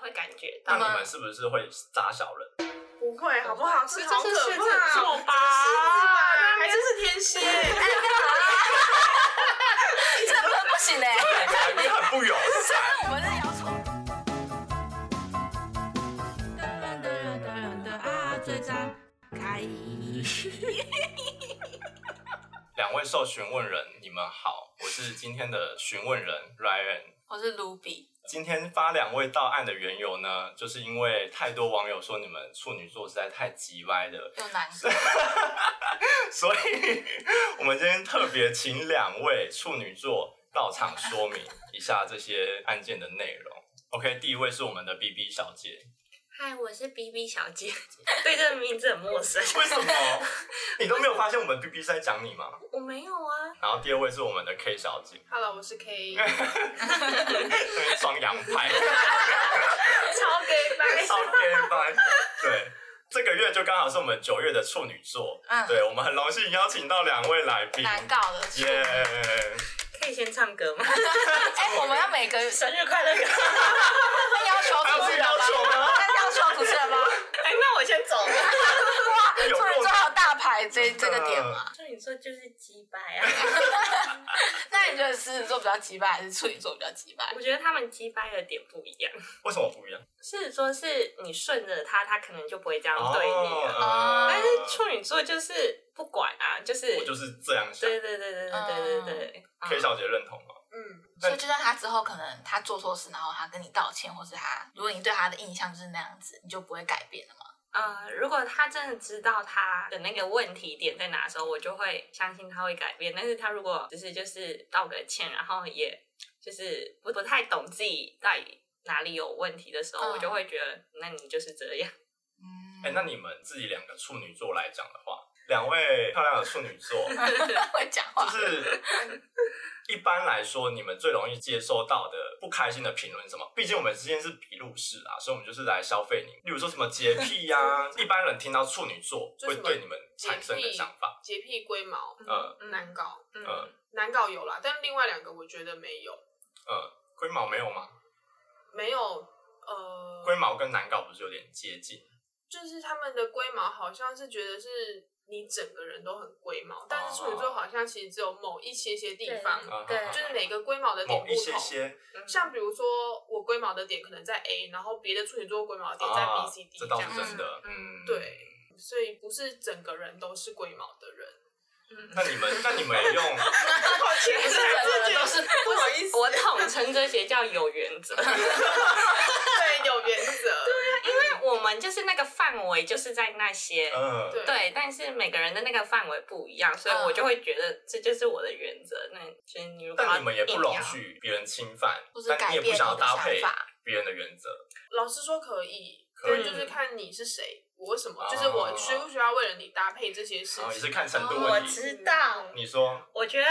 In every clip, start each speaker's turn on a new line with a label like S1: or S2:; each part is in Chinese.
S1: 会感觉
S2: 那
S1: 到。
S2: 你们是不是会扎小人？
S3: 不会，好不好？是好
S4: 这是
S3: 可怕，
S4: 做吧
S3: 啊，还真是天蝎，
S5: 这不不行嘞、
S2: 感觉很不友善。
S5: 我们是摇错。
S2: 嗯
S4: 啊，最渣开。
S2: 两位受询问人，你们好，我是今天的询问人 Ryan。
S5: 我是卢比，
S2: 今天发两位到案的缘由呢，就是因为太多网友说你们处女座实在太鸡歪了，
S5: 又难过。
S2: 所以我们今天特别请两位处女座到场说明一下这些案件的内容。OK，第一位是我们的 B B 小姐，
S1: 嗨，我是 B B 小姐，对这个名字很陌生。
S2: 为什么你都没有发现我们 B B 在讲你吗？
S1: 我没有啊，
S2: 然后第二位是我们的 K 小姐，
S3: Hello，我是 K，
S2: 双阳派。
S1: 超 gay 白。
S2: 超 gay 班。对，这个月就刚好是我们九月的处女座，
S5: 嗯
S2: 对我们很荣幸邀请到两位来宾，
S5: 难搞的。
S2: 耶、
S1: 可以先唱歌吗？
S5: 哎、我们要每 个
S1: 生日快 乐歌。
S5: 会要求
S2: 还有
S5: 主
S2: 这
S5: 持人
S2: 要
S5: 吗？
S2: 求吗？
S5: 但要求主持 人吗？
S1: 哎、那我 先走了。
S2: 有
S5: 处女
S2: 够
S5: 座还有大牌这这个点吗？
S1: 处女座就是鸡掰啊，
S5: 那你觉得狮子座比较鸡掰，还是处女座比较鸡掰？
S1: 我觉得他们鸡掰的点不一样。
S2: 为什么不一样？
S1: 狮子座是你顺着他，他可能就不会这样对你了。
S2: 哦
S1: 但是处女座就是不管啊，就是
S2: 我就是这样想
S1: 对对对对对
S5: 嗯
S1: 对对对。
S2: ，K 小姐认同吗？
S3: 嗯，
S5: 所以就算他之后可能他做错事，然后他跟你道歉，或是他如果你对他的印象就是那样子，你就不会改变了嘛。
S1: 呃，如果他真的知道他的那个问题点在哪的时候，我就会相信他会改变。但是他如果只是就是道个歉，然后也就是不不太懂自己到底哪里有问题的时候，
S5: 嗯
S1: 我就会觉得那你就是这样。
S5: 嗯
S2: 哎、那你们自己两个处女座来讲的话，两位漂亮的处女座，
S5: 会讲
S2: 就
S5: 话，
S2: 是一般来说，你们最容易接收到的不开心的评论是什么？毕竟我们之间是笔录式啊，所以我们就是来消费你。例如说什么洁癖呀、一般人听到处女座
S3: 就
S2: 会
S3: 什么
S2: 对你们产生的想法。
S3: 洁癖龟毛，
S2: 嗯
S3: 难搞，
S1: 嗯
S2: 嗯
S3: 难搞有啦，但另外两个我觉得没有，
S2: 嗯，龟毛没有吗？
S3: 没有，呃，
S2: 龟毛跟难搞不是有点接近？
S3: 就是他们的龟毛好像是觉得是你整个人都很龟毛，但是处女座好像其实只有某一些些地方，
S2: 嗯
S1: 对
S2: 嗯
S3: 就是每个龟毛的点
S2: 某
S3: 不
S2: 一些
S3: 同。
S2: 些
S1: 嗯
S3: 像比如说我龟毛的点可能在 A，然后别的处女座龟毛的点在
S2: 啊
S3: B、C、D
S2: 这
S3: 这
S2: 倒
S3: 样
S2: 是
S3: 子。
S2: 真的。嗯，
S3: 对。所以不是整个人都是龟毛的人，
S2: 那你们，那你们也用
S3: 抱歉，
S5: 是整个人都是
S3: 不好意思，
S1: 我统称这些叫有原则，
S3: 对有原则，
S1: 因为我们就是那个范围就是在那些。
S2: 嗯，
S3: 对
S1: 对，但是每个人的那个范围不一样，所以
S5: 嗯
S1: 我就会觉得这就是我的原则。那就是你如果
S2: 但
S1: 要
S2: 你们也不
S1: 硬
S2: 容
S1: 要
S2: 许别人侵犯
S5: 或，是
S2: 但
S5: 改
S2: 你也
S5: 变
S2: 不
S5: 你的
S2: 想要
S5: 想
S2: 搭配
S5: 法。
S2: 别人的原则。
S3: 老实说可以，
S2: 可以
S3: 但就是看你是谁，我为什么，
S2: 哦
S3: 就是我需不需要为了你搭配这些事
S2: 然后也是
S3: 情。
S2: 看程度
S5: 哦
S1: 我
S2: 问题。
S1: 知道，
S2: 你说，
S1: 我觉得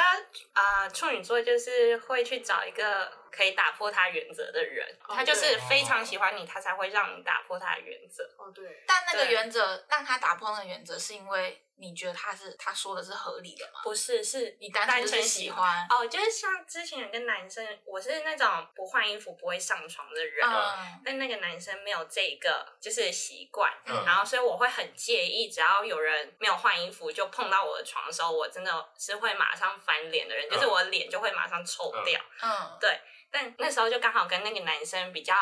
S1: 啊、呃处女座就是会去找一个可以打破他原则的人，
S3: 哦
S1: 他就是非常喜欢你，他才会让你打破他的原则。
S3: 哦，对，
S5: 但那个
S1: 对
S5: 原则让他打破那个原则，是因为你觉得他是他说的是合理的吗？
S1: 不是，是
S5: 你单纯就是喜。欢，
S1: 哦，就是像之前有个男生，我是那种不换衣服不会上床的人，
S2: 呃
S5: 嗯，
S1: 但那个男生没有这一个就是习惯，
S2: 嗯
S1: 然后所以我会很介意，只要有人没有换衣服就碰到我的床的时候，我真的是会马上翻脸的人，就是
S2: 嗯
S1: 我脸就会马上臭
S2: 嗯
S1: 掉。
S5: 嗯，
S1: 但那时候就刚好跟那个男生比较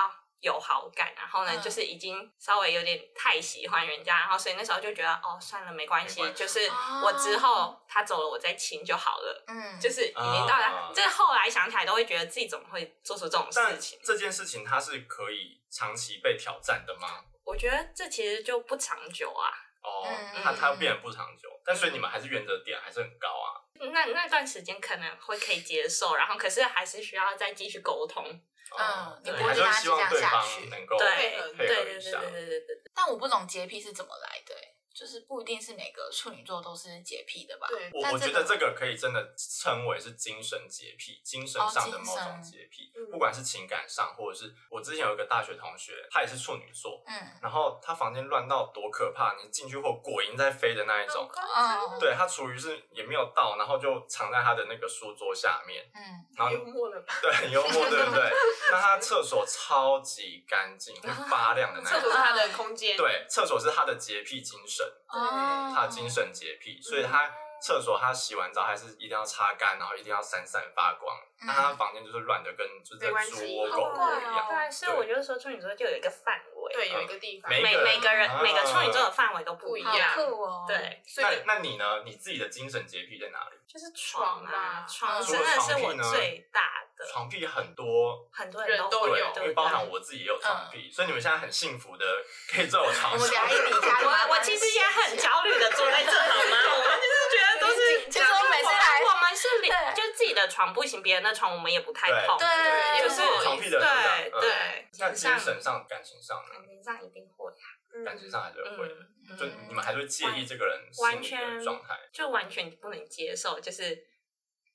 S1: 有好感，然后呢，
S5: 嗯
S1: 就是已经稍微有点太喜欢人家，然后所以那时候就觉得哦，算了，没关系
S2: 没，关系
S1: 就是
S5: 哦
S1: 我之后他走了，我再亲就好了。
S5: 嗯，
S1: 就是是已经到
S2: 啊
S1: 了，这、后来想起来都会觉得自己怎么会做出这种事
S2: 但
S1: 情。
S2: 这件事情它是可以长期被挑战的吗？
S1: 我觉得这其实就不长久啊。
S2: 哦，
S5: 嗯
S2: 它它变得不长久，但所以你们还是原则点还是很高啊。
S1: 那那段时间可能会可以接受，然后可是还是需要再继续沟通。
S2: 哦
S5: 嗯你
S2: 对
S5: 不会
S2: 还是
S5: 让它
S2: 希望
S5: 这样
S2: 对
S5: 下
S2: 方
S5: 去
S2: 能够
S1: 对
S2: 配
S3: 配合
S1: 对对
S2: 合
S1: 对
S2: 一
S1: 对
S2: 下
S1: 对。对对对，
S5: 但我不懂洁癖是怎么来的、欸就是不一定是每个处女座都是洁癖的吧？
S3: 对，
S2: 我
S5: 那
S2: 我
S5: 这
S2: 觉得
S5: 个
S2: 这个可以真的称为是精神洁癖，精神上的某种洁
S5: 哦
S2: 癖，
S3: 精神嗯
S2: 不管是情感上，或者是我之前有一个大学同学，他也是处女座，
S5: 嗯，
S2: 然后他房间乱到多可怕，你进去后果蝇在飞的那一
S3: 好
S2: 种。
S3: 夸
S5: 嗯
S3: 张
S2: 对他厨余是也没有倒，然后就藏在他的那个书桌下面，
S5: 嗯，
S2: 然后
S3: 幽默了吧？
S2: 对很幽默，对不对？那他厕所超级干净，会发亮的那
S3: 厕
S2: 一
S3: 所
S2: 种
S3: 是。他的空间，，
S2: 对，厕所是他的洁癖精神，
S5: 哦
S2: 他的精神洁癖，所以他厕所他洗完澡还是一定要擦干，然后一定要闪闪发光。
S5: 嗯
S2: 那他房间就是乱的跟就是在
S3: 没关系
S2: 猪窝
S3: 好
S2: 狗窝
S3: 怪
S2: 一
S3: 哦
S2: 样。
S1: 对，所以我就说处女座就有一个范围，
S3: 对，
S2: 嗯
S3: 有一个地方，
S2: 每
S1: 每
S2: 个人
S1: 每个人
S2: 啊
S1: 每个处女座的范围都不一
S3: 不一
S1: 样
S3: 样，
S5: 酷哦，，
S1: 对，
S3: 所以
S2: 那那你呢？你自己的精神洁癖在哪里？
S1: 就是床啊，
S3: 床
S1: 床
S3: 吧
S1: 真的是我最大的，
S2: 床癖很多，
S1: 很多
S3: 人
S1: 都
S3: 都
S1: 会
S2: 对
S3: 有，
S2: 因为
S1: 对
S2: 包含我自己也有床癖，所以你们现在很幸福的可以在我
S5: 我
S2: 床
S5: 们
S2: 上。
S5: 俩一比他，
S1: 我我其实也很焦虑的坐在这，好吗？我们就是觉得都
S5: 有
S1: 是，
S5: 点紧张其实我每次来
S1: 我们是连
S5: 对
S1: 就自己的床不行，别人的床我们也不太
S2: 对
S1: 碰，
S5: 对，
S1: 就是
S2: 床癖的人啊
S1: 对
S2: 嗯
S1: 对，
S2: 那精神上、感情上呢？
S1: 感情上一定会，
S3: 嗯
S2: 感情上还是会，
S1: 嗯，
S2: 就你们还是会介意这个人心
S1: 完
S2: 理
S1: 全
S2: 的状态。
S1: 就完全不能接受，就是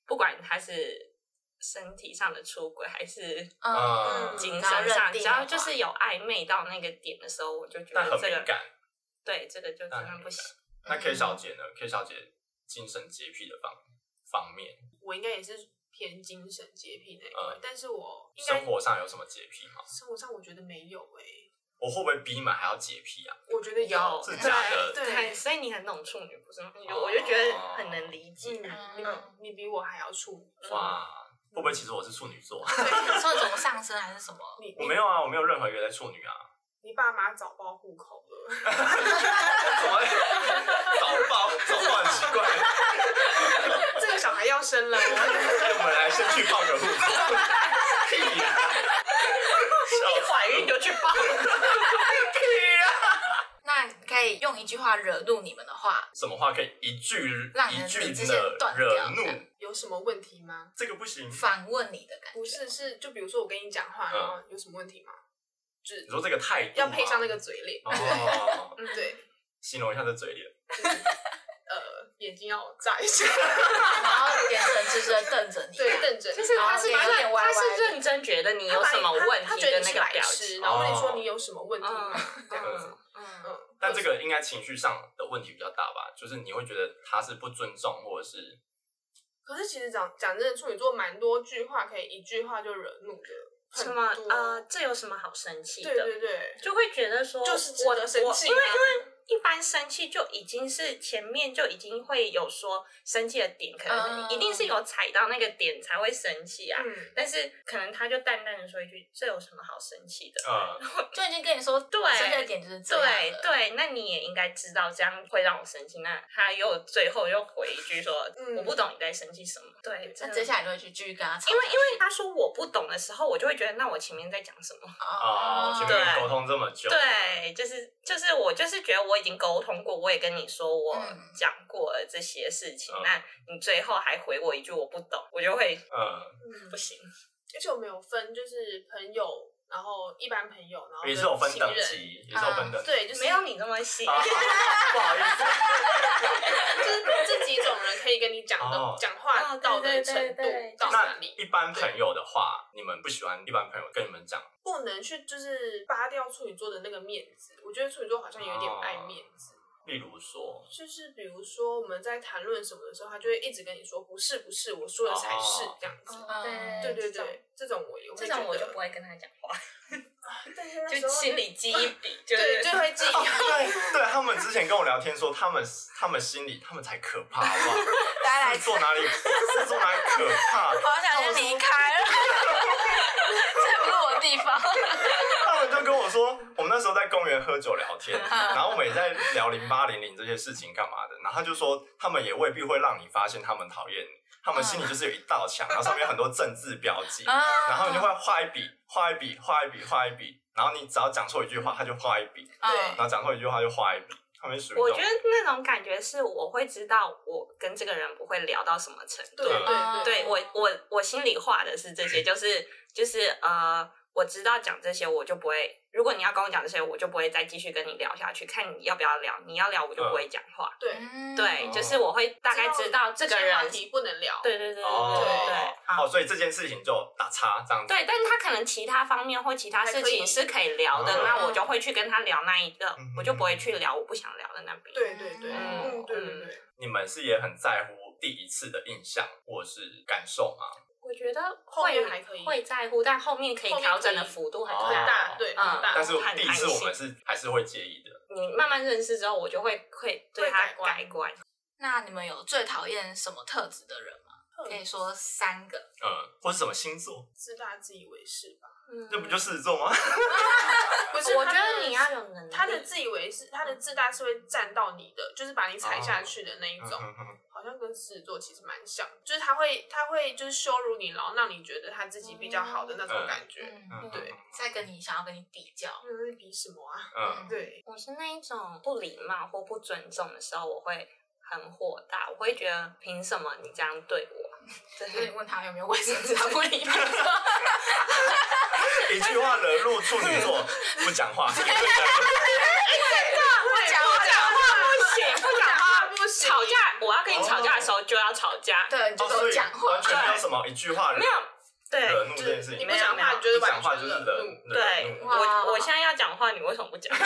S1: 不管他是身体上的出轨还是
S5: 嗯，
S2: 嗯，
S1: 精
S5: 然后
S1: 神
S5: 认
S1: 上，
S5: 定
S1: 只要
S5: 的
S1: 就
S5: 话
S1: 是有暧昧到那个点的时候，我就觉
S2: 但
S1: 得
S2: 很
S1: 这
S2: 敏
S1: 个嗯
S2: 感。哎
S1: 对这个就真
S2: 但很
S1: 的
S2: 敏
S1: 不
S2: 感
S1: 行。
S2: 那 K
S1: 嗯
S2: 小姐呢？K 小姐精神洁癖的方方面，
S3: 嗯我应该也是偏精神洁癖那一块
S2: 嗯，
S3: 但是我应该
S2: 生活上有什么洁癖吗？
S3: 生活上我觉得没有诶，
S2: 我会不会比你们还要洁癖啊？
S3: 我觉得
S1: 有
S2: 是假的哦
S3: 对
S1: 对，所以你很懂处女，不是吗？我就我就觉得很能理解。
S3: 嗯，你你比我还要处，
S2: 哇，
S1: 嗯
S2: 会不会其实我是处女座？
S5: 说什么上升还是什么？
S3: 你
S2: 我没有啊，我没有任何一个在处女啊。
S3: 你爸妈早报户口了，
S2: 怎么会 早报？早报很奇怪。
S3: 这个小孩要生了，
S2: 哎，我们来先去报个户口。 屁啊！
S1: 一
S2: 笑死
S1: 怀孕就去报，
S5: 那可以用一句话惹怒你们的话，
S2: 什么话可以一句
S5: 让
S2: 一
S5: 人
S2: 句
S5: 理智线
S2: 惹
S5: 断
S2: 惹
S5: 掉
S2: 怒？
S3: 有什么问题吗？
S2: 这个不行。
S5: 反问你的感觉，
S3: 不是，是就比如说我跟你讲话，
S2: 嗯
S3: 然后有什么问题吗？就
S2: 你说这个态度
S3: 要
S2: 吗
S3: 配上那个嗯嘴脸，
S2: 哦，
S3: 对，
S2: 形容一下这嘴脸。
S3: 呃，眼睛要眨一 下，
S5: 然后眼神直直的瞪着 你，
S3: 对，瞪着你，
S1: 就是他是
S5: 然后脸有点歪
S1: 他
S5: 歪的
S1: 是认真觉得你有什么问
S3: 他
S1: 题
S3: 觉
S1: 的
S3: 得你
S1: 那
S3: 是
S1: 个
S3: 白
S1: 表
S3: 痴，
S1: 情。
S3: 然后问你
S2: 哦
S3: 说你有什么问题吗？
S1: 嗯
S3: 这样子，
S1: 嗯嗯，
S3: 嗯，
S2: 但这个应该情绪上的问题比较大吧？就是你会觉得他是不尊重，或者是
S3: 可是其实讲讲真的，处女座蛮多句话可以一句话就惹怒的，
S1: 什
S3: 很
S1: 么
S3: 多
S1: 呃，，这有什么好生气
S3: 对
S1: 的？
S3: 对对，
S1: 就会觉得说，
S3: 就是值
S1: 我
S3: 得生
S1: 我
S3: 气啊
S1: 因为因为一般生气就已经是前面就已经会有说生气的点，可能
S5: 嗯
S1: 一定是有踩到那个点才会生气啊。
S3: 嗯，
S1: 但是可能他就淡淡的说一句：“这有什么好生气的
S2: 呃，
S5: 就已经跟你说，
S1: 对
S5: 我生气的点就是？”这
S1: 对
S5: 样了，
S1: 对，那你也应该知道这样会让我生气。那他又最后又回一句说：“
S3: 嗯
S1: 我不懂你在生气什么。”对，真
S5: 那
S1: 的
S5: 接下来就会去继续跟他吵，
S1: 因为因为他说我不懂的时候，我就会觉得那我前面在讲什么？
S2: 哦，前
S1: 对
S2: 面沟通这么久，
S1: 对，就是就是我就是觉得我已经沟通过，我也跟你说我
S5: 嗯
S1: 讲过了这些事情，
S2: 嗯
S1: 那你最后还回我一句我不懂，我就会
S2: 嗯，
S3: 嗯
S1: 不行。
S3: 而且我们有分，就是朋友，然后一般朋友，然后
S2: 也是有分
S3: 情
S2: 等
S3: 人，
S2: 级，也是有分等级。
S3: 哦对，就是
S1: 没有你这么细，
S2: 啊不好意思，
S3: 就是这几种人可以跟你讲
S2: 哦
S3: 的讲话
S1: 哦对
S3: 到的
S1: 对对
S3: 程度
S1: 对
S3: 到哪
S2: 那
S3: 里，
S2: 一般朋友的话，你们不喜欢一般朋友跟你们讲，
S3: 不能去就是扒掉处女座的那个面子。我觉得处女座好像有点
S2: 哦
S3: 爱面子，
S2: 例如说，
S3: 就是比如说我们在谈论什么的时候，他就会一直跟你说不是不是，我说的才是
S2: 哦
S3: 这样子。
S5: 嗯
S3: 对对
S1: 这种
S3: 对，这种我也会
S1: 这种我就不
S3: 会，
S1: 会跟 他讲话，
S3: 但是那时
S1: 就
S3: 候
S1: 心里记一笔，就
S3: 对
S1: 是
S3: 就会 记忆。
S2: 对，对他们之前跟我聊天说，他们他们心里他们才可怕，好不 好？
S5: 大家来
S2: 是，做哪里是做哪里可怕？
S5: 好想先离开了，这不是我的地方，
S2: 他们就跟我说，我们那时候在公园喝酒聊天，然后我们也在聊零八零零这些事情干嘛的，然后他就说，他们也未必会让你发现他们讨厌你，他们心里就是有一道 墙，然后上面有很多政治标记，然
S5: 然
S2: 后你就会画一笔，画一笔，画一笔，画一笔，然后你只要讲错一句话，他就画一笔，
S5: 嗯
S2: 然后讲错一句话就画一笔，他们属于
S1: 我
S2: 那
S1: 觉
S2: 种
S1: 得那种感觉是我会知道我跟这个人不会聊到什么程度。
S3: 对对
S5: 嗯
S1: 对我我我心里画的是这些，就是就是呃，我知道讲这些，我就不会。如果你要跟我讲这些，我就不会再继续跟你聊下去。看你要不要聊，你要聊我就不会讲话。
S3: 对，
S5: 嗯
S1: 对，
S2: 哦
S1: 就是我会大概知道这个
S3: 些话
S1: 人。
S3: 题不能聊，
S1: 对对对对对对
S2: 哦。
S1: 啊
S2: 哦，所以这件事情就打叉这样子。
S1: 对，但是他可能其他方面或其他事情是可以聊的，
S2: 还可以
S1: 那我就会去跟他聊那一个
S2: 嗯，
S1: 我就不会去聊我不想聊的那边。
S3: 对对对，
S1: 嗯
S3: 嗯，对对对，
S2: 你们是也很在乎第一次的印象或是感受吗？
S1: 我觉得
S3: 后
S1: 会
S3: 面还可以
S1: 会在乎，但后面可以
S3: 后面
S1: 调整的
S3: 可以
S1: 幅度很
S2: 哦
S3: 很
S1: 大。
S3: 大，对，很大，
S2: 但是
S1: 啊很
S2: 第一次
S1: 弹
S2: 我
S1: 性
S2: 们是还是会介意的。
S1: 你慢慢认识之后，我就会会对
S3: 会
S1: 他
S3: 改观
S1: 改观。
S5: 那你们有最讨厌什么特质的人吗？
S3: 特质
S5: 可以说三个。
S2: 嗯，或是什么星座？
S3: 自大自以为是吧？
S1: 嗯
S2: 这不就狮子座吗？
S3: 不是，
S1: 我
S3: 他
S1: 觉
S3: 的
S1: 得你要有能力，
S3: 他的自以为是，他的自大是会占到你的，就是把你踩
S2: 哦
S3: 下去的那
S2: 嗯
S3: 一种，好像跟狮子座其实蛮像，就是他会他会就是羞辱你，然后让你觉得他自己比较好的那种感觉，
S5: 嗯，
S3: 对，
S5: 在跟你想要跟你比较，
S3: 就是比什么啊？
S2: 嗯，
S3: 对，
S1: 我是那一种不礼貌或不尊重的时候，我会很火大，我会觉得凭什么你这样对我？ 对
S5: 就
S3: 嗯
S5: 是你问他有没有卫生纸，他不 理你。
S2: 一句话惹怒处女座， 不讲话。
S3: 不
S5: 讲话
S3: 讲
S1: 不行，不讲话不行。吵架，我要跟你吵架的时候就要吵架，
S5: 对，你就
S2: 哦，
S5: 跟
S2: 所
S5: 我
S2: 以
S5: 讲
S2: 完
S5: 话。
S2: 全没有什么一句话惹
S1: 没有对。
S2: 惹怒
S3: 就
S2: 这件事
S3: 是
S2: 情。
S3: 你不讲话，你就是
S2: 不
S3: 完
S2: 讲话就
S3: 全嗯
S2: 是嗯
S3: 的
S2: 惹
S3: 怒。
S2: 怒。
S1: 对
S2: 惹怒
S5: 哇
S1: 我，我现在要讲话，你为什么不讲话？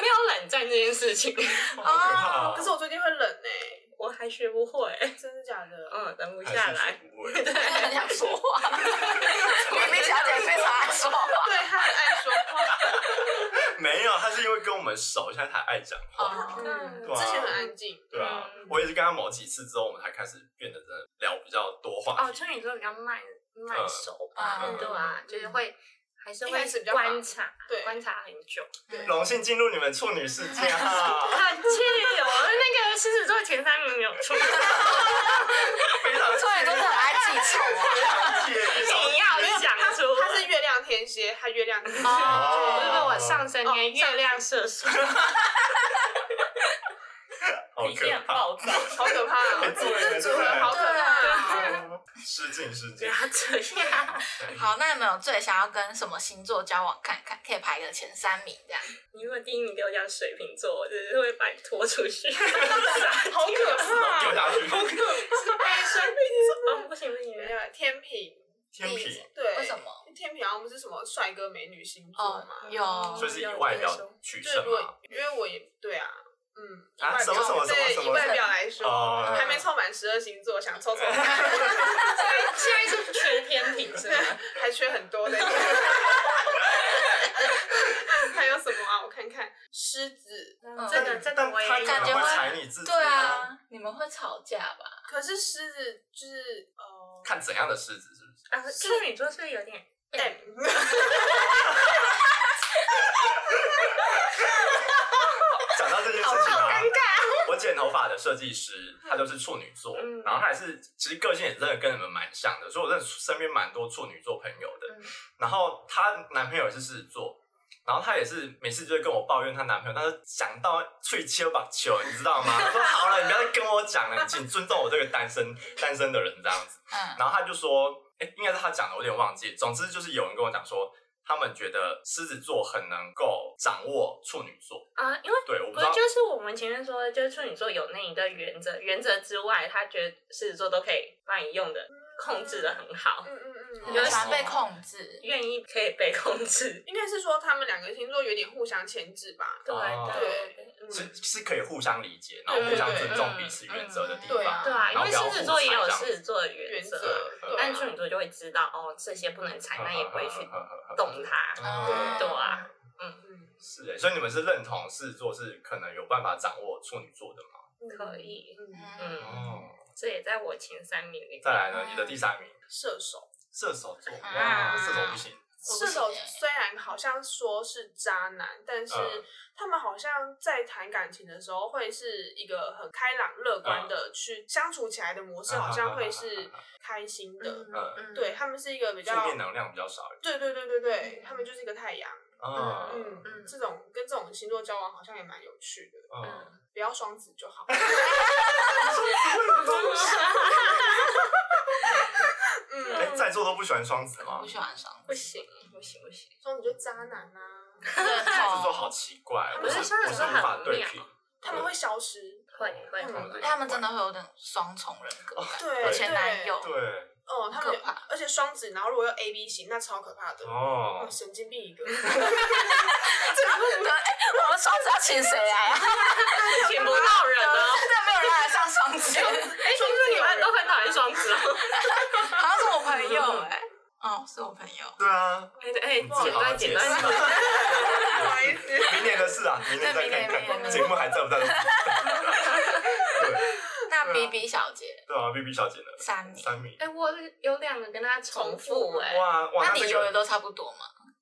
S1: 没有冷战这件事情，
S2: 好可怕哦
S3: 可是我最近会冷呢，
S1: 我还学不会，
S3: 真的假的？
S1: 嗯，等不
S2: 还
S1: 下
S2: 是
S1: 来。
S2: 不会
S3: 哦
S5: 很想说话， 明明小姐非常爱说话。
S3: 对，他很爱说话，
S2: 没有，他是因为跟我们熟，现在才爱讲话。
S5: 哦
S1: 嗯
S2: 对啊
S3: 之前很安静，
S2: 对啊
S1: 嗯，
S2: 我也是跟他某几次之后，我们才开始变得真的聊比较多话
S1: 哦，
S2: 题。
S1: 处女座比较慢慢熟吧，
S5: 嗯
S1: 对啊，就是会还是
S3: 一开始
S1: 会
S3: 比较忙
S1: 观察，
S3: 对
S1: 观察很久。
S3: 对
S2: 荣幸进入你们处女世界 啊哈，
S1: 很气，我的那个狮子座前三名没有处 女座，
S2: 非常
S5: 所以真的很爱记仇啊。
S2: 介意。
S1: 你要讲出。
S3: 他是月亮天蝎，他月亮天蝎，
S5: 哦
S1: 不是不是我上升年月亮射手，
S2: 好
S1: 脾气很
S2: 可怕。
S1: 暴躁。
S3: 好可怕啊！
S2: 哎对
S3: 这组合
S2: 真的
S3: 好可怕。啊
S2: 失敬失
S1: 不
S2: 敬
S1: 要。这样，
S2: 对
S5: 好，那你们有最想要跟什么星座交往看看？可以排个前三名这样。
S1: 你如果第一名给我讲水瓶座，我真是会把你拖出 去。
S3: 好可怕！啊
S2: 掉 下
S1: 哎，
S2: 去。
S1: 水瓶座，哦，不行不行，
S3: 没有天平，
S2: 天平，
S3: 对，
S5: 为什？么？
S3: 天平好像不是什么帅哥美女星座
S5: 哦
S3: 嘛，，
S5: 有
S2: 所以是以外表取
S3: 就是
S2: 胜啊
S3: 如
S2: 嘛
S3: 果。因为我也对啊，嗯，
S2: 啊
S3: 以外表
S2: 什么什么什么
S3: 对
S2: 什么
S3: 以外表来说，
S2: 哦哎
S3: 还没凑满十二星座，想凑凑看，
S1: 现在是缺天平是吗？
S3: 还缺很多的。 还有什么啊？我看看，狮子，
S1: 这个这个我也
S2: 但他
S5: 感
S2: 可
S5: 觉
S2: 能
S5: 会
S2: 会踩你自己。
S5: 对，啊，你们会吵架吧？
S3: 可是狮子就是哦
S2: 看怎样的狮子是不是？
S1: 啊，处女座是有点
S3: ，M，
S2: 讲到这件事情啊，我剪头发的设计师，他就是处女座，
S1: 嗯
S2: 然后他也是，其实个性也真的跟你们蛮像的，所以我认识身边蛮多处女座朋友的。
S1: 嗯
S2: 然后她男朋友也是狮子座，然后她也是每次就会跟我抱怨她男朋友，但是讲到最切把球，你知道吗？我说好了，你不要再跟我讲了，请尊重我这个单身单身的人这样子。
S5: 嗯，
S2: 然后他就说，哎、应该是他讲的，我有点忘记。总之就是有人跟我讲说，他们觉得狮子座很能够掌握处女座。
S1: 啊，因为。
S2: 对，我不
S1: 不
S2: 知
S1: 是
S2: 道，，
S1: 就是我们前面说的，就是处女座有那一个原则，原则之外，他觉得狮子座都可以把你用的控制的很好，
S3: 嗯嗯嗯
S2: 哦
S3: 嗯，
S5: 有喜欢被控制。
S1: 愿意可以被控制。
S3: 应该是说他们两个星座有点互相牵制吧。
S1: 对
S2: 哦
S1: 对对嗯
S2: 是是可以互相理解，然后互相尊重彼此原则的地
S5: 对
S2: 方。
S5: 啊
S1: 对啊，因
S2: 然后
S1: 为
S2: 不要
S1: 狮子座也有
S2: 互踩这
S1: 狮
S2: 样
S1: 子座的
S3: 原
S1: 原
S3: 则
S1: 则，，
S3: 对
S1: 但
S3: 啊
S1: 处女座就会知道哦，这些不能踩，那也不 会去动它。
S2: 嗯
S1: 对啊，
S3: 嗯
S2: 是哎，所以你们是认同狮子座是可能有办法掌握处女座的吗？
S1: 可，以，
S3: 嗯，
S1: 嗯，
S2: 哦，
S1: 这也在我前三名里。
S2: 再来呢，你的第三名
S3: 射手，
S2: 射手座，哇，
S5: 啊
S2: 射手不行，
S5: 我不
S3: 射手
S5: 行欸
S3: 虽然好像说是渣男，但是
S2: 嗯
S3: 他们好像在谈感情的时候，会是一个很开朗、乐观的去相处起来的模式，
S2: 嗯
S3: 好像会是开心的。
S2: 嗯，
S1: 嗯
S3: 对，他们是一个比
S2: 负
S3: 较，
S2: 面能量比较少一点。
S3: 对对对对对，他们就是一个太阳。
S2: 嗯
S3: 嗯
S1: 嗯
S3: 这种跟这种星座交往好像也蛮有趣的，
S2: 嗯，
S3: 不要双子就 好。
S2: 哎、
S3: 嗯，
S2: 在座都不喜欢双子吗
S5: 不？喜欢双
S1: 不行嗯不行不行，
S3: 说你就渣男啊，
S5: 子
S2: 双子座
S5: 头，
S2: 好奇怪，
S3: 他
S2: 我
S3: 们
S2: 是
S1: 双
S2: 我
S1: 子
S2: 是
S1: 座
S2: 无法
S1: 很
S2: 对
S1: 妙
S2: 比，
S3: 他们会消失。
S1: 会会
S3: 嗯
S1: 会，
S5: 哎他们真的会有点双重人
S2: 哦
S5: 格感。
S3: 对，
S5: 我前男
S3: 对
S5: 友，
S2: 对
S3: 哦，他们有
S5: 可怕
S3: 而且双子，然后如果有 A B 型，那超可怕的。
S2: 哦
S3: 哇，，神经病一 个，哎
S5: 对，哎，我们双子要请谁来啊？
S1: 请不到人哦。
S5: 但没有人来上双子，
S1: 哎，听说你们都很讨厌双子哦。
S5: 好像是我朋友哎，哦，是我朋友。
S2: 对啊，
S1: 哎哎，
S2: 好
S1: 简单简单，
S3: 不好意思。
S2: 明年的事 啊，明年再
S5: 对明年
S2: 看
S5: 明年
S2: 看
S5: 明年
S2: 节目还在不 在？对啊
S5: 那 B B 小姐
S2: 对啊，B B 小姐的
S5: 三名，
S2: 三米，
S1: 哎，我有两个跟他重复哎，
S2: 哇哇，
S5: 那
S2: 那
S5: 你
S2: 这
S5: 游的
S2: 个
S5: 都差不多嘛？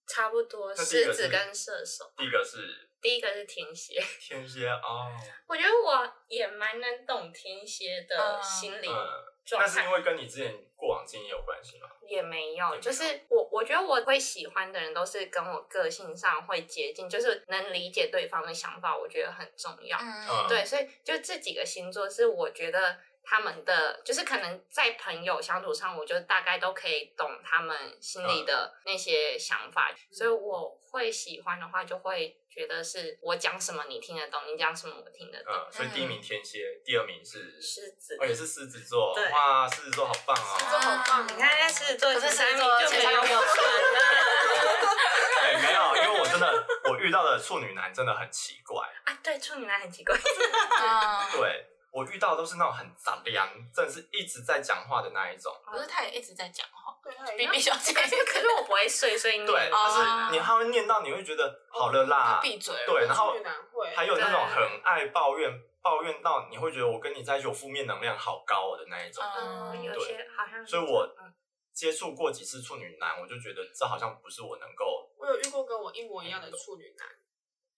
S1: 差不多
S2: 那第一
S1: 狮
S2: 个是
S1: 子跟射手，
S2: 第一个是
S1: 第一个是天蝎，
S2: 天蝎哦，
S1: 我觉得我也蛮能懂天蝎的
S5: 嗯
S1: 心理
S2: 嗯，
S1: 状
S2: 那
S1: 态
S2: 是因为跟你之前过往经验有关系吗？
S1: 也没
S2: 也没
S1: 有，
S2: 有
S1: 就是我我觉得我会喜欢的人都是跟我个性上会接近，就是能理解对方的想法，我觉得很重要。
S5: 嗯，
S1: 对，所以就这几个星座是我觉得他们的，就是可能在朋友相处上，我就大概都可以懂他们心
S2: 嗯
S1: 里的那些想法，所以我会喜欢的话，就会觉得是我讲什么你听得懂，你讲什么我听得懂。
S2: 嗯，所以第一名天蝎，第二名是
S1: 狮子
S2: 哦，也是狮子座
S1: 对，
S2: 哇，狮子座好棒哦！
S3: 这好棒
S1: 你看那狮子座
S5: 可是
S1: 前
S5: 狮
S1: 三
S5: 子
S1: 名
S5: 座
S1: 就
S5: 前
S1: 没
S5: 三
S1: 有
S5: 名没有
S1: 准 了
S2: 哎，没有，因为我真的我遇到的处女男真的很奇怪，
S1: 啊！对，处女男很奇怪，
S5: 嗯，
S2: 对我遇到的都是那种很杂粮，真的是一直在讲话的那一种。
S5: 不是他也一直在讲话
S3: 对他也
S5: ，B
S3: 要
S5: B 小姐，
S1: 可是我不会碎碎念。
S2: 对，
S5: 哦
S2: 哎就是你他会念到，你会觉得好了啦
S5: 他，闭嘴了，
S2: 对然后
S3: 处女男会，
S2: 还有那种很爱抱怨，抱怨到你会觉得我跟你在一起，我负面能量好高哦的那一种。
S1: 嗯，
S5: 嗯，
S1: 有些好像是
S2: 所以我
S1: 嗯
S2: 接触过几次处女男，我就觉得这好像不是我能够，
S3: 我有遇过跟我一模一样的处女男，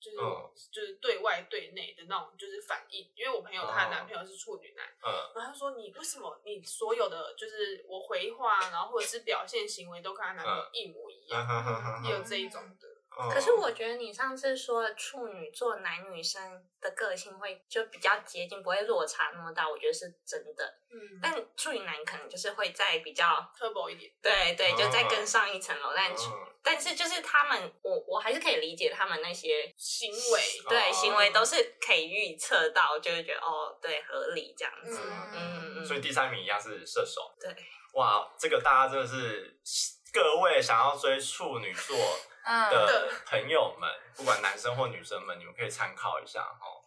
S3: 就是、
S2: 嗯
S3: 就是对外对内的那种就是反应，因为我朋友
S2: 哦
S3: 她的男朋友是处女男，
S2: 嗯
S3: 然后他说你为什么你所有的就是我回话，啊然后或者是表现行为都跟她男朋友一模一样，也有这一种的。
S2: 嗯
S1: 可是我觉得你上次说的处女座男女生的个性会就比较接近，不会落差那么大，我觉得是真的。
S3: 嗯
S1: 但处女男可能就是会在比较
S3: turbo 一点，
S1: 对对，
S2: 嗯
S1: 就再更上一层楼。但处
S2: 嗯
S1: 但是就是他们，我我还是可以理解他们那些
S3: 行为
S1: 对
S2: 哦
S1: 行为都是可以预测到，就会觉得哦，对，合理这样子。
S3: 嗯
S1: 嗯嗯，
S2: 所以第三名一样是射手。
S1: 对，
S2: 哇，这个大家真的是各位想要追处女座
S5: 嗯，
S2: 的朋友们，不管男生或女生们，你们可以参考一下哦。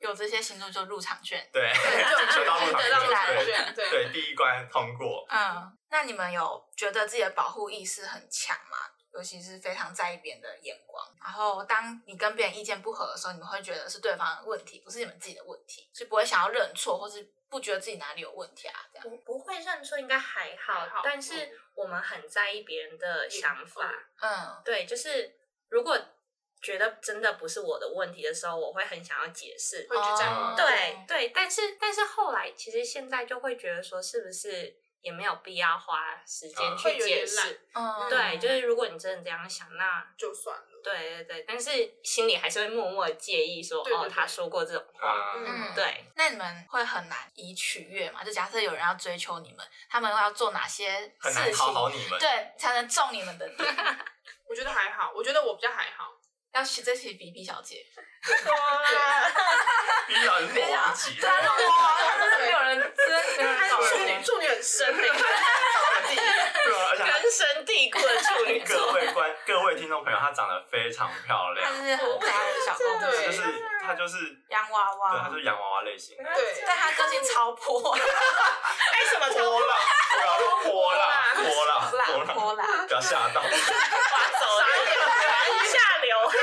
S5: 有这些星座就入场券，
S2: 对，
S3: 就
S2: 就到入场
S3: 对
S2: 券
S3: 到入场
S2: 对
S3: 券，对
S2: 对，第一关通过。
S5: 嗯，那你们有觉得自己的保护意识很强吗？尤其是非常在意别人的眼光，然后当你跟别人意见不合的时候，你们会觉得是对方的问题，不是你们自己的问题，是不会想要认错，或是不觉得自己哪里有问题啊？这样，
S1: 不不会认错应该还好，
S3: 还好
S1: 但是我们很在意别人的想法。
S5: 嗯
S1: 对，就是如果觉得真的不是我的问题的时候，我会很想要解释。
S3: 会去占
S2: 哦
S3: 卜，
S1: 对对，但是但是后来，其实现在就会觉得说，是不是也没有必要花时间
S2: 嗯
S1: 去
S3: 会有
S1: 解
S3: 点
S1: 释
S3: 懒？
S5: 嗯，
S1: 对，就是如果你真的这样想，那
S3: 就算了。
S1: 对对对，但是心里还是会默默地介意说，
S3: 对对
S1: 哦，
S3: 对
S1: 他说过这种话，
S2: 啊，
S5: 嗯
S1: 对，
S5: 那你们会很难以取悦嘛？就假设有人要追求你们，他们要做哪些
S2: 很
S5: 事
S2: 难讨
S5: 情，
S2: 好你们。
S5: 对，才能中你们的点？
S3: 我觉得还好，我觉得我比较还好。
S5: 要学这题比比小姐，
S2: 比较弱无己。
S5: 对啊，哇，他真的没有人，真的 没有人懂
S3: 处
S5: 人
S3: 女处女很深欸诶、
S2: 对啊，而且他
S1: 根深蒂固的处女
S2: 各
S1: 座。
S2: 位观各位听众朋友，她长得非常漂
S5: 她
S2: 亮，
S5: 是很可爱的小公
S2: 她
S5: 主，
S3: 对
S2: 就是她就是对，
S5: 洋娃
S2: 她
S5: 娃
S2: 就，是洋娃娃类型的。
S3: 对，
S5: 但她个性 超泼，
S3: 爱什么
S2: 泼辣，泼辣，泼辣，
S5: 辣
S2: 泼辣，
S5: 泼辣，
S2: 不要吓到。
S1: 划走了，下流汗。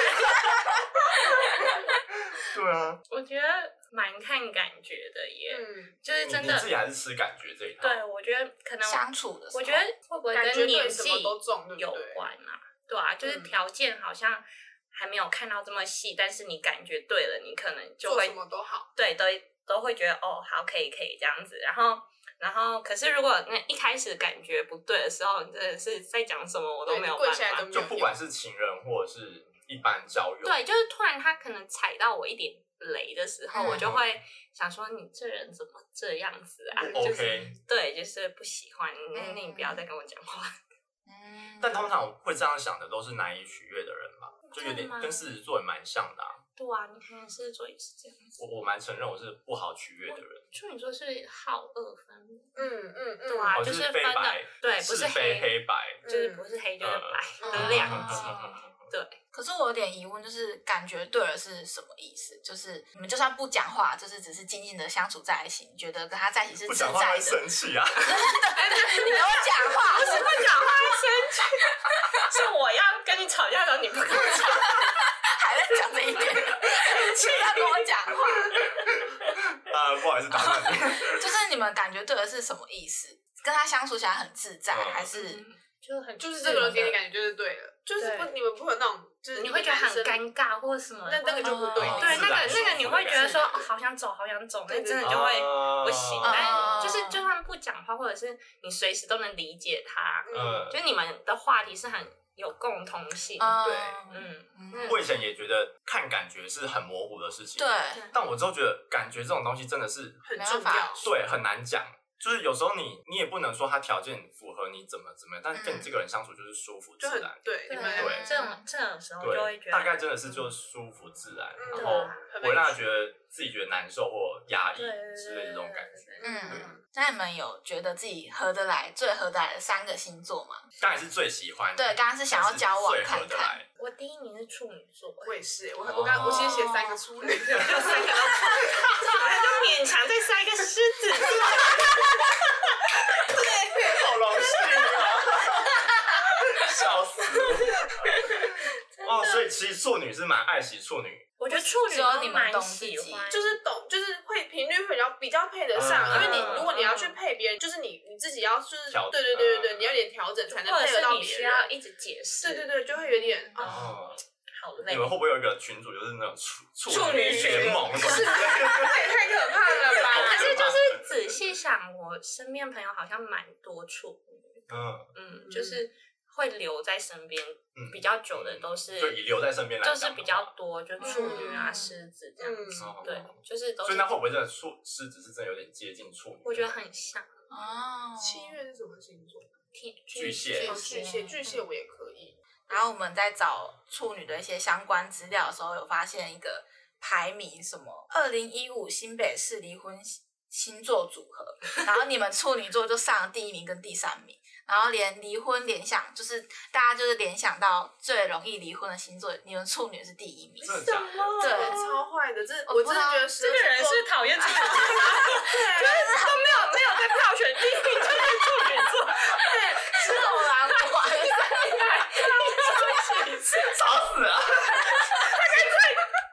S2: 对啊，
S1: 我觉得蛮看感觉的耶，
S3: 嗯，
S1: 就是
S2: 你
S1: 真
S2: 你
S1: 的
S2: 自，己还是吃感觉这一套。
S1: 对我觉得可能，
S5: 相处的时候，
S1: 我觉得会不会
S3: 感觉
S1: 跟年
S3: 对什
S1: 纪
S3: 么都中，对不
S1: 有
S3: 对？
S1: 关啊？对啊，就是
S3: 嗯
S1: 条件好像还没有看到这么细，但是你感觉对了，你可能就
S3: 做
S1: 会
S3: 什么都好，
S1: 对都都会觉得哦，好，可以可以这样子，然后。然后，可是如果那一开始感觉不对的时候，你真的是在讲什么，我都
S3: 对
S1: 没有
S3: 跪
S1: 办
S3: 下来都
S1: 法。
S3: 没有
S2: 就
S3: 用
S2: 不管是情人或者是一般交友。
S1: 对，就是突然他可能踩到我一点雷的时候，
S5: 嗯
S1: 我就会想说你这人怎么这样子啊？
S2: 不
S1: 就
S2: OK
S1: 是对，就是不喜欢，那
S5: 嗯
S1: 那你不要再跟我讲话。
S5: 嗯
S2: 但通常会这样想的都是难以取悦的人吧，就有
S1: 真
S2: 点
S1: 的吗
S2: 跟狮子座也蛮像的、啊。
S1: 对啊，你可能是做也是这样子。
S2: 我我蛮承认我是不好取悦的人，
S1: 处女座是好恶分明，
S3: 嗯嗯嗯，
S1: 对啊，
S2: 哦
S1: 就是分
S2: 非
S1: 的
S2: 白，
S1: 对，不
S2: 是非
S1: 黑，
S2: 黑白。嗯
S1: 就是不是黑就是白的两极。
S5: 哦
S1: 对，
S5: 可是我有点疑问，就是感觉对了是什么意思？就是你们就算不讲话，就是只是静静的相处在一起，你觉得跟他在一起是
S2: 不
S5: 自在
S2: 讲话
S5: 的？
S2: 会
S5: 你
S2: 生气啊！
S5: 跟我讲话，
S1: 不讲话会生气，是我要跟你吵架的时候你不跟我吵。
S5: 还在讲这一点， 气要跟我讲话，
S2: 啊，不好意思打断你。
S5: 就是你们感觉对了是什么意思？跟他相处起来很自在，
S2: 嗯
S5: 还是
S1: 就很
S3: 就是这个人给你感觉就是对了，就是不
S1: 对
S3: 你们不会有那种，就是
S1: 你会觉得很
S3: 男生
S1: 尴尬或什么，
S3: 那那个就不对，
S5: 哦
S1: 对那
S2: 自然
S1: 个
S2: 舒服
S1: 那个你会觉得说
S3: 的
S1: 哦
S3: 感觉
S1: 好想走好想走，
S3: 对
S1: 那
S3: 对
S1: 真的
S3: 对
S1: 就会
S2: 啊
S1: 不行。
S5: 哦
S1: 但就是就算不讲话，或者是你随时都能理解他，
S2: 嗯
S1: 就你们的话题是很有共同性。
S5: 嗯
S1: 嗯，
S5: 嗯
S2: 我以前也觉得看感觉是很模糊的事情，
S5: 对，
S2: 但我之后觉得感觉这种东西真的是
S3: 很
S5: 没
S3: 重
S5: 办
S3: 要
S5: 法。
S2: 对很难讲，就是有时候你你也不能说他条件符合你怎么怎么样，但是跟你
S5: 嗯
S2: 这个人相处就是舒服
S3: 就
S2: 自
S3: 很
S2: 然，
S3: 对
S1: 对
S3: 你们
S5: 对
S3: 两个
S1: 这种这种时候就会觉得
S2: 对，
S1: 嗯
S2: 大概真的是就是舒服自然，
S3: 嗯
S2: 然
S1: 啊
S2: 后
S3: 很
S2: 不会让他
S3: 美
S2: 觉得自己觉得难受或压抑
S1: 对对对
S2: 之类的这种感觉。
S1: 觉
S5: 嗯。那你们有觉得自己合得来、最合得来的三个星座吗？
S2: 当然是最喜欢，
S5: 对，刚刚是想要交往
S2: 但是最合
S5: 看
S2: 得
S5: 看，
S2: 来，
S1: 我第一名是处女座，
S3: 我也是，我我刚我先写三个出来，
S1: 就三个都，好像就勉强再塞一个狮子座。
S2: 好荣幸啊！ 笑死我！哦，所以其实处女是蛮爱惜处女，
S1: 我觉得处女
S5: 只有
S1: 都
S5: 你们
S1: 蛮
S5: 懂自己
S1: 喜欢，
S3: 就是懂，就是会频率会比较比较配得上，
S2: 嗯
S3: 因为你如果你要
S1: 嗯
S3: 去配别人，就是你你自己要就是
S2: 调
S3: 对对对对对，
S2: 嗯
S3: 你要有点调整才能
S1: 或者
S3: 配得
S1: 是
S3: 到
S1: 你
S3: 别
S1: 需
S3: 人，
S1: 要一直解释，
S3: 对对对，就会有点
S5: 嗯
S3: 啊，
S2: 哦，
S1: 好累
S2: 你。们会不会有一个群主就是那种处
S1: 处
S2: 女
S1: 女群
S2: 联盟？
S3: 是 这也太可怕了吧？
S1: 可是就是仔细想，我身边朋友好像蛮多处女，
S2: 嗯
S1: 嗯，
S3: 嗯
S1: 就是会留在身边
S2: 嗯，
S1: 比较久的都是，
S2: 就以留在身边来
S1: 就
S2: 讲
S1: 是比较多，就处女啊、
S5: 嗯
S1: 狮子这样子
S2: 的，话，
S1: 对
S2: 哦，
S1: 就是都
S2: 所
S1: 是
S2: 以那。会不会真的处狮子是真的有点接近处女？
S1: 我觉得很像
S5: 哦，
S3: 七月是什么星座？
S1: 天
S2: 巨蟹
S3: 哦
S5: 巨蟹
S3: 巨蟹，巨蟹我也可以。
S5: 然后我们在找处女的一些相关资料的时候，有发现一个排名，什么二零一五新北市离婚星座组合，然后你们处女座就上了第一名跟第三名，然后连离婚联想，就是大家就是联想到最容易离婚的星座，你们处女是第一名。
S2: 真的假的？
S5: 对
S3: 对，超坏的，这
S5: 我
S3: 我
S5: 不知
S3: 真的
S5: 道
S3: 觉得十
S1: 这
S3: 二
S1: 个人
S3: 星座 啊
S1: 是讨厌处女座，就是都没有没有在票选第一名，就是处女座。
S5: 是我啦，我
S2: 吵 死了！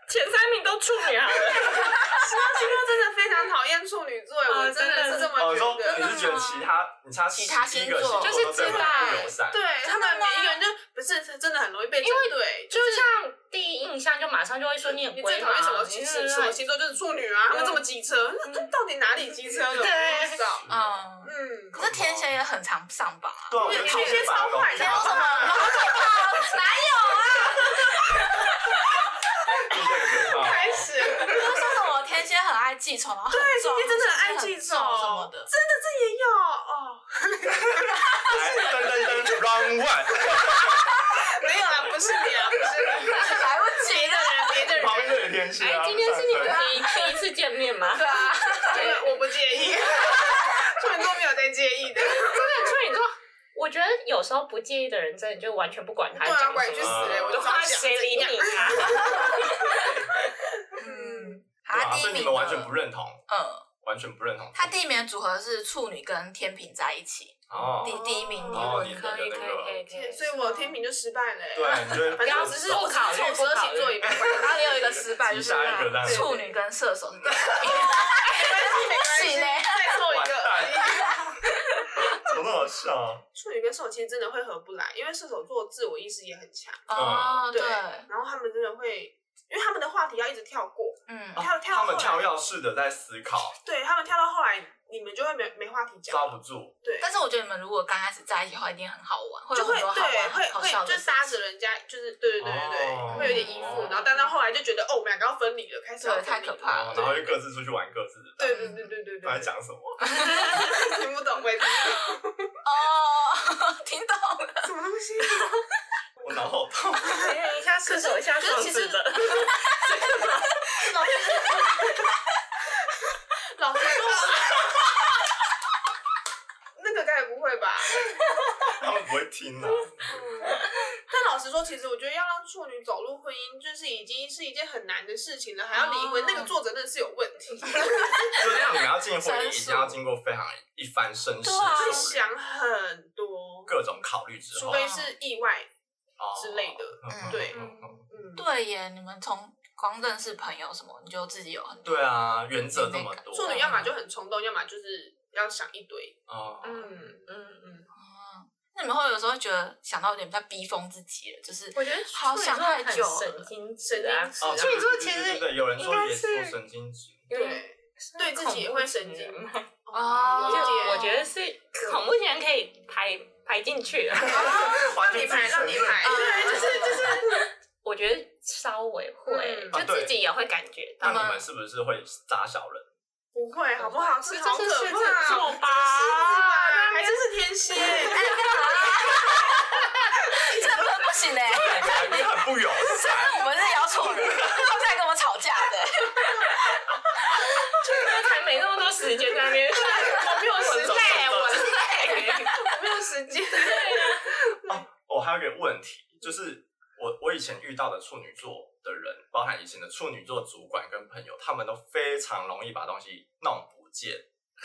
S1: 前三名都处女好了，
S3: 啊十二星座真的非常讨厌处女座，我真的是这
S2: 哦，
S3: 么
S2: 你
S3: 觉
S2: 说你
S3: 得。
S2: 是觉得其他你差
S5: 其他星座
S2: 就是
S3: 就是
S2: 对
S3: 知道
S2: 他不友善，
S3: 对他们每一个人就不是真的很容易被针对，
S1: 就像第一印象就马上就会说你很
S3: 你
S1: 龟
S3: 最
S1: 毛
S3: 讨厌什么
S1: 你
S3: 星
S1: 是
S3: 什么星座就是处女啊，他们这么机车，那那到底哪里机车了？我
S1: 对
S3: 不知道。
S5: 嗯，
S3: 嗯，
S5: 可是天蝎也很常上榜啊。
S2: 对啊，我
S3: 我
S2: 觉
S3: 也
S2: 得
S3: 觉得
S2: 天蝎蛮
S3: 嗯超坏的
S2: 容易
S3: 哦好不好
S2: 这个 啊
S3: 开始，
S5: 不是说什么天蝎很爱记仇，然后很重
S3: 天蝎真的很爱记
S5: 很
S3: 仇
S5: 重什么的。
S3: 这也有哦，
S2: 噔噔噔，Round One，
S3: 没有啦，不是你啊，不是你，
S5: 来不及了。
S3: 别的人，
S2: 旁边的天蝎啊。
S1: 哎，今天是你们 第一第一次见面吗？
S5: 对啊，
S3: 别的人，我不介 意，处女座没有在介意的，
S1: 处女座，我觉得有时候不介意的人，真的就完全不管他
S3: 对
S1: 讲
S3: 啊
S1: 什么，
S3: 管你去死
S2: 嘞我
S1: 就
S3: 就
S1: 怕
S3: 想
S1: 谁理你啊？
S5: 嗯，好
S2: 对啊，
S5: 他第
S2: 所
S5: 一
S2: 以
S5: 名
S2: 你
S5: 的
S2: 们完全不认同，
S5: 嗯，
S2: 完全不认同。
S5: 他第一名的组合是处女跟天平在一起，
S2: 哦
S5: 第第一名离
S2: 哦你
S5: 婚
S2: 的
S5: 可以。
S2: 那个，
S1: 以
S3: 所以我天平就失败了欸。
S2: 对，你觉得
S3: 反正我只是我只是从十二星座里面，
S5: 然后也有一个失败，就
S2: 急
S5: 是
S2: 杀一个这样子
S5: 处女跟射手是第一名。
S3: 没关系没关 系，
S5: 是嘞
S3: 再做一
S2: 完
S3: 个。
S2: 怎么那么好笑啊？
S3: 处女跟射手其实真的会合不来，因为射手座自我意识也很强，
S5: 哦，对
S3: 对，然后他们真的会，因为他们的话话题要一直跳过，
S5: 嗯，
S3: 跳跳
S2: 啊他们
S3: 后
S2: 跳
S3: 来
S2: 跃式的在思考，
S3: 对他们跳到后来，你们就会没没话题讲
S2: 抓
S3: 了，
S2: 不住。
S3: 对，
S5: 但是我觉得你们如果刚开始在一起的话，一定很好玩，会
S3: 就
S5: 有
S3: 会
S5: 很多好
S3: 对
S5: 玩、
S3: 会
S5: 好笑
S3: 会
S5: 的
S3: 就
S5: 事情。
S3: 搭着人家，就是对对对对对，
S2: 哦
S3: 会有点依附，
S2: 哦
S3: 然后但到后来就觉得哦，我们两个要分离了，开始要
S5: 对太
S3: 分离
S5: 可
S3: 了
S5: 怕了
S2: 然后就各自出去玩各自的。
S3: 对对对对对
S2: 他在
S3: 对，
S2: 讲什么？
S3: 听不懂，我也听不懂，
S5: 哦， 听懂了。
S3: 什么东西？
S2: 我脑 好痛。
S3: 哎
S1: 一下顺手一下
S5: 可是
S1: 双
S5: 其
S1: 子
S5: 实
S1: 的，
S5: 老师，
S3: 老师说， 那个该不会吧？
S2: 他们不会听啊。
S3: 但老实说，其实我觉得要让处女走入婚姻，就是已经是一件很难的事情了，还要离婚，
S5: 哦
S3: 那个作者那是有问 题，
S1: 啊
S2: 就是让你们要进婚姻，
S5: 申
S2: 一
S5: 诉
S2: 定要经过非常一番深思
S5: 对啊
S3: 会
S2: 熟虑，
S3: 想很多，
S2: 各种考虑之
S3: 除
S2: 后
S3: 非是意外，
S2: 哦
S3: 之类的
S2: 嗯
S3: 对
S2: 嗯嗯
S3: 嗯，
S5: 对耶，你们从光认识朋友什么，你就自己有很多。
S2: 对啊，原则这么多，
S3: 处女要么就很冲动，要么就是要想一堆，
S2: 哦，
S3: 嗯。
S1: 嗯嗯，
S5: 啊。那你们会有时候觉得想到有点在逼疯自己了，就是
S3: 我觉得
S5: 好想太
S1: 很
S5: 久 了
S1: 神。经
S3: 神
S1: 质啊
S3: 经，质
S2: 哦，
S1: 处女座
S2: 对对
S1: 其实
S2: 对对对有人说
S1: 应该
S2: 也
S1: 是
S2: 说神经质，
S1: 有点
S3: 对对自己也会神经嗯啊
S1: 恐怖情人
S5: 哦
S1: 就
S5: 了解
S1: 我觉得是恐怖情人可以排排进去啊 了。
S3: 啊让你排，让你排，对，就是就是，
S1: 我觉得稍微会，
S3: 嗯
S2: 啊
S1: 就
S2: 对
S1: 自己也会感觉
S2: 那
S1: 到。
S2: 你们是不是会扎小人？
S3: 不会，好不好？这好
S1: 这是啊
S3: 可
S1: 狮子
S3: 怕，
S1: 座吧？
S3: 还真是天蝎，
S5: 这不能不行嘞，欸
S2: 你很不友善，
S5: 我们是摇错人，他们在跟我吵架的。
S1: 就是才没那么多时间在那边，我没有时
S2: 走走
S1: 间，
S2: 走
S1: 我累。
S3: 没有时间，
S2: 我、哦还有一个问题，就是我我以前遇到的处女座的人，包含以前的处女座主管跟朋友，他们都非常容易把东西弄不见。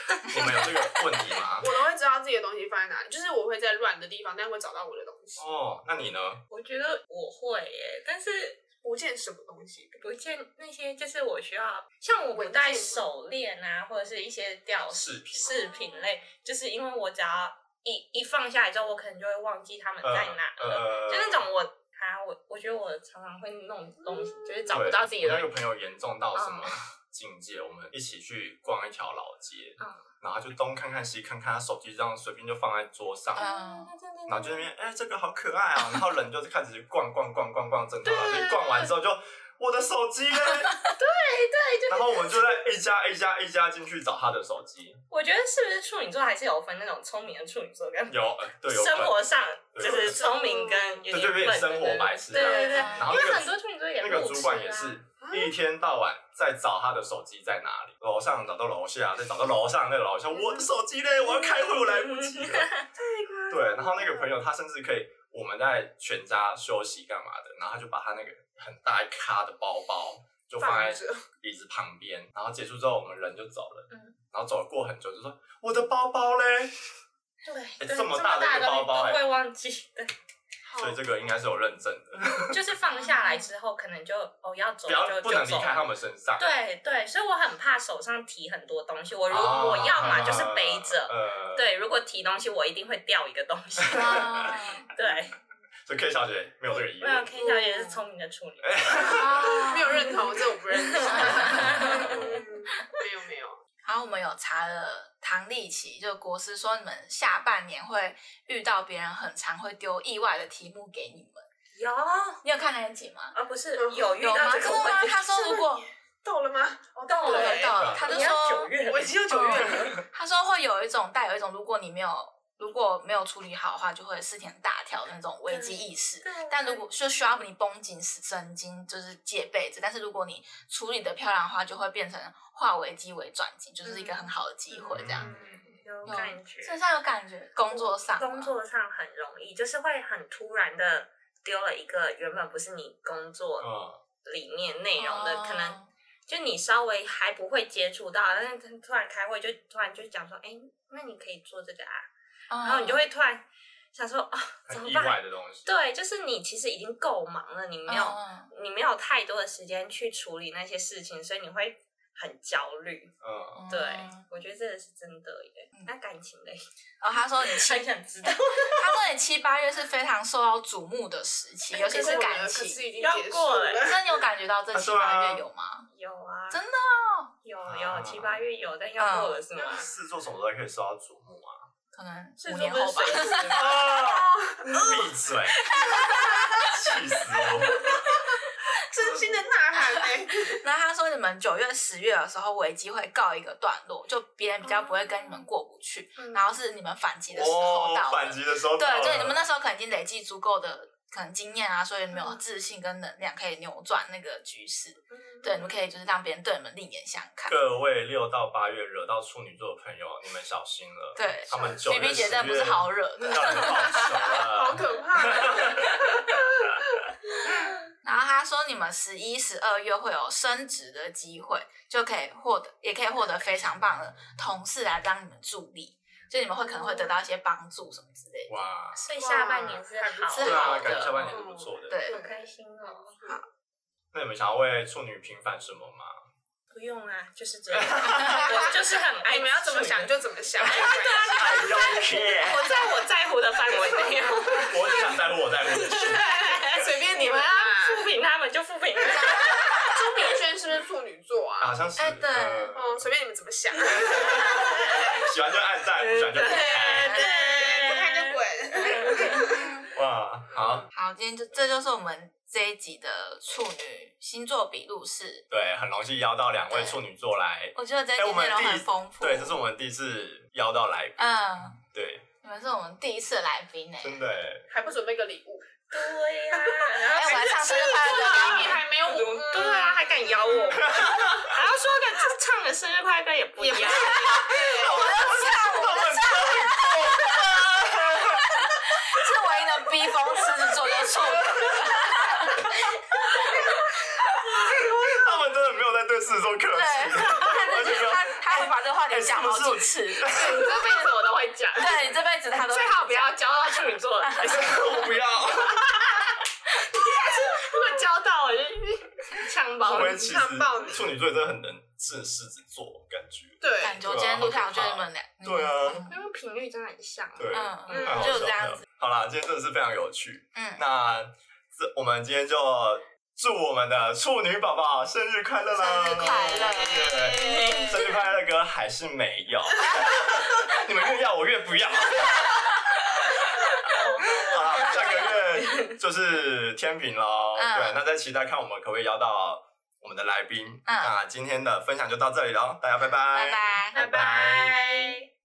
S2: 你们有这个问题吗？
S3: 我都会知道自己的东西放在哪里，就是我会在乱的地方，但会找到我的东西，
S2: 哦，那你呢？
S1: 我觉得我会耶，但是
S3: 不见什么东西。
S1: 不见那些就是我需要，像我不戴
S3: 文件吗
S1: 手链啊，或者是一些吊
S2: 饰品
S1: 饰品类，就是因为我只要一一放下来之后，我可能就会忘记他们在哪了，
S2: 呃
S1: 就那种我啊，我我觉得我常常会弄东西，就是找不到自己的嗯
S2: 对
S1: 东西。
S2: 我那个朋友严重到什么境界？我们一起去逛一条老街，
S1: 嗯
S2: 然后他就东看看西看看，他手机这样随便就放在桌上，
S5: 嗯，
S2: 然后就那边哎、这个好可爱啊，然后人就开始逛逛逛逛逛整条老街，逛完之后就我的手 机嘞，对对，然后我们就在一家一家一家进去找他的手机，
S1: 我觉得是不是处女座还是有分那种聪明的处女座跟
S2: 有呃对有
S1: 生活上
S2: 对
S1: 就是聪明跟有
S2: 对就有点
S1: 笨
S2: 生活白痴
S1: 对
S2: 这样
S1: 对对，
S5: 然
S2: 后
S1: 因为
S2: 那个
S1: 很多处女座也
S2: 那个
S1: 路
S2: 主管
S1: 痴
S2: 也
S1: 啊
S2: 是一天到晚在找他的手机在哪里，楼上找到楼下，再找到楼上再楼下，
S1: 嗯
S2: 我的手机嘞，我要开会，我来不 及了。对，然后那个朋友他甚至可以，我们在全家休息干嘛的，然后他就把他那个很大一咖的包包就放在
S3: 放着
S2: 椅子旁边，然后结束之后我们人就走了，
S1: 嗯
S2: 然后走了过很久就说我的包包嘞，
S1: 对，
S2: 哎
S1: 对
S2: 这么
S1: 大
S2: 大的一个
S1: 东西
S2: 包包哎
S1: 都会忘记，对，哦
S2: 所以这个应该是有认证
S1: 嗯
S2: 的，
S1: 就是放下来之后，可能就哦要走
S2: 不要
S1: 就
S2: 不
S1: 就
S2: 能离
S1: 走。
S2: 开他们身上。
S1: 对对，所以我很怕手上提很多东西。我如果、
S2: 啊
S1: 我要嘛就是背着，
S2: 呃，
S1: 对，如果提东西，我一定会掉一个东西。
S5: 啊
S1: 对，
S2: 所以 K 小姐没有这个疑
S1: 没有
S2: 问。
S1: K 小姐是聪明的处女，
S2: 哎
S5: 啊
S3: 没有认同，这我不认 同。没有没有，
S5: 然后我们有查了唐立奇，就国师说你们下半年会遇到别人很常会丢意外的题目给你们。
S1: 有
S5: 你有看那一集吗？
S1: 啊，不是有遇
S5: 嗯有
S1: 到
S5: 吗？
S1: 这
S5: 真
S1: 个
S5: 的吗
S1: 问？题，
S5: 他说如果
S3: 到了吗？我
S1: 哦到了哎哦
S5: 对到了，他就
S1: 你要九
S5: 说
S1: 月，
S3: 我已经有九月了。
S5: 他说会有一种带有一种，如果你没有如果没有处理好的话，就会四天大条的那种危机意识。但如果就需要你绷紧神经，就是戒备子。但是如果你处理的漂亮的话，就会变成化危机为转机，就是一个很好的机会。这样，
S2: 嗯
S1: 有感觉，
S5: 身上有感觉，工作上啊，
S1: 工作上很容易，就是会很突然的丢了一个原本不是你工作
S2: 嗯，
S1: 里面内容的，
S5: 哦
S1: 可能就你稍微还不会接触到，但是突然开会就突然就讲说，哎、那你可以做这个啊，
S5: 嗯
S1: 然后你就
S5: 哦
S1: 会突然想说，啊、怎
S2: 很
S1: 么
S2: 意
S1: 办？
S2: 外的东西。
S1: 对，就是你其实已经够忙了，你没有、
S5: 嗯嗯
S1: 你没有太多的时间去处理那些事情，所以你会很焦虑。
S2: 嗯，
S5: 嗯
S1: 对，我觉得这个是真的耶。那感情的，
S5: 哦，他说你七，
S1: 很想知道，
S5: 他说你七八月是非常受到瞩目的时
S1: 哎
S5: 期，尤其
S3: 可
S5: 是
S3: 我们
S5: 感
S3: 的可
S5: 情。
S3: 是已经
S1: 要
S3: 结束
S1: 过了
S5: 那你有感觉到这
S2: 啊
S5: 七
S2: 对啊
S5: 八月有吗？
S1: 有啊，
S5: 真
S1: 的
S5: 哦，
S1: 有
S2: 啊
S1: 有七八月有，但要过了是吗？
S2: 是做什么都可以受到瞩目啊！
S5: 可能
S1: 是
S5: 五
S1: 说
S5: 年
S1: 不是
S5: 后吧
S1: 水。星吗？
S2: 啊， 闭嘴！气死我！
S3: 真心的呐喊呢。
S5: 那他说你们九月、十月的时候危机会告一个段落，就别人比较不会跟你们过不去，
S1: 嗯
S5: 然后是你们反击的时候
S2: 哦，
S5: 到了。
S2: 反击的时候到了
S5: 对，就你们那时候可能已经累积足够的可能经验啊，所以你们有自信跟能量可以扭转那个局势。
S1: 嗯
S5: 对，你们可以就是让别人对你们另眼相看。
S2: 各位六到八月惹到处女座的朋友，你们小心了。
S5: 对
S2: 他们九
S5: ，B
S2: 月
S5: B 姐真的不
S2: 10
S5: 是
S2: 月
S5: 好惹
S2: 要
S5: 的。
S2: 你们报仇
S3: 好
S2: 了。
S3: 可怕！啊
S5: 然后他说你们十一、十二月会有升职的机会，就可以获得，也可以获得非常棒的同事来当你们助力，就你们会可能会得到一些帮助什么之类的。
S2: 哇，
S1: 所以下半年是好
S5: 是
S2: 对
S5: 好
S2: 啊，
S5: 的
S2: 感觉下半年是不错的。
S5: 对
S1: 好开心哦。
S2: 那你们想要为处女平反什么吗？
S1: 不用啊，就是这样，我 就是 很爱
S3: 你们要怎么
S1: 处女
S3: 想就怎么想。
S1: 啊
S5: 哎
S2: I don't care，
S1: 我在我在乎的范围内，
S2: 我只想在乎我在乎的
S5: 哎
S2: 事。
S3: 随便
S1: 你
S3: 你
S1: 们
S3: 们
S1: 要
S3: 啊！
S1: 复评他们就复评他们。
S3: 朱明轩是不是处女座
S2: 好
S3: 啊？
S2: 像是，
S5: 哎对
S2: 嗯
S3: 嗯，随便你们怎么想。
S2: 喜欢就按赞，不喜欢就不
S1: 对
S2: 看。
S1: 对
S3: 不看就滚。
S2: 哇，好，
S5: 好，今天就这就是我们这一集的处女星座笔录室。
S2: 对，很荣幸邀到两位
S5: 对
S2: 处女座来。
S5: 我觉得这一
S2: 哎，我
S5: 集
S2: 们
S5: 内容
S2: 第
S5: 很
S2: 一
S5: 丰富。
S2: 对，这是我们第一次邀到来宾。
S5: 嗯，
S2: 对，
S5: 你们是我们第一次的来宾欸呢、
S2: 真的耶，
S3: 还不准备个礼物？
S1: 对啊呀，
S5: 哎、
S1: 然后
S5: 我们上次就看到这
S3: 啊，
S5: 个
S3: 你还没有
S1: 怎
S3: 五
S1: 么对啊，还敢咬我，还要说个唱个生日快乐歌也不
S3: 也不
S1: 要。
S5: 我就唱，我就唱，是唯一的逼疯狮子座就是处女。
S2: 他们真的没有在对事做客
S5: 对，
S2: 气。
S5: 他
S2: 且没有
S5: 他他会把这个
S2: 哎
S5: 话题讲好几次。
S1: 你这辈子我都会 讲，
S5: 对你这辈子他都
S1: 最好不要交到处女 座了。
S2: 我不要，
S1: 如果交到，我就呛
S2: 因
S1: 爆
S2: 为
S1: 你。
S2: 其
S3: 呛爆你
S2: 实处女座真的很能是狮子座，感觉。
S3: 对，
S5: 感觉我今天录下来，我觉得你们俩
S2: 对啊
S1: 因为频率真的很像。
S2: 对，
S5: 嗯
S2: 太
S5: 嗯，
S2: 好
S5: 就
S2: 笑
S5: 这样
S2: 了
S5: 子，。
S2: 好啦，今天真的是非常有趣。
S5: 嗯，
S2: 那这我们今天就祝我们的处女宝宝生日快乐啦！
S5: 生日快乐
S2: 对生日快乐歌还是没有， 你们越要我越不要。 好啦下个月就是天平喽，
S5: 嗯
S2: 对，那再期待看我们可不可以邀到我们的来宾。那今天的分享就到这里喽，大家拜拜，
S5: 嗯拜拜。
S2: 拜拜。
S3: 拜。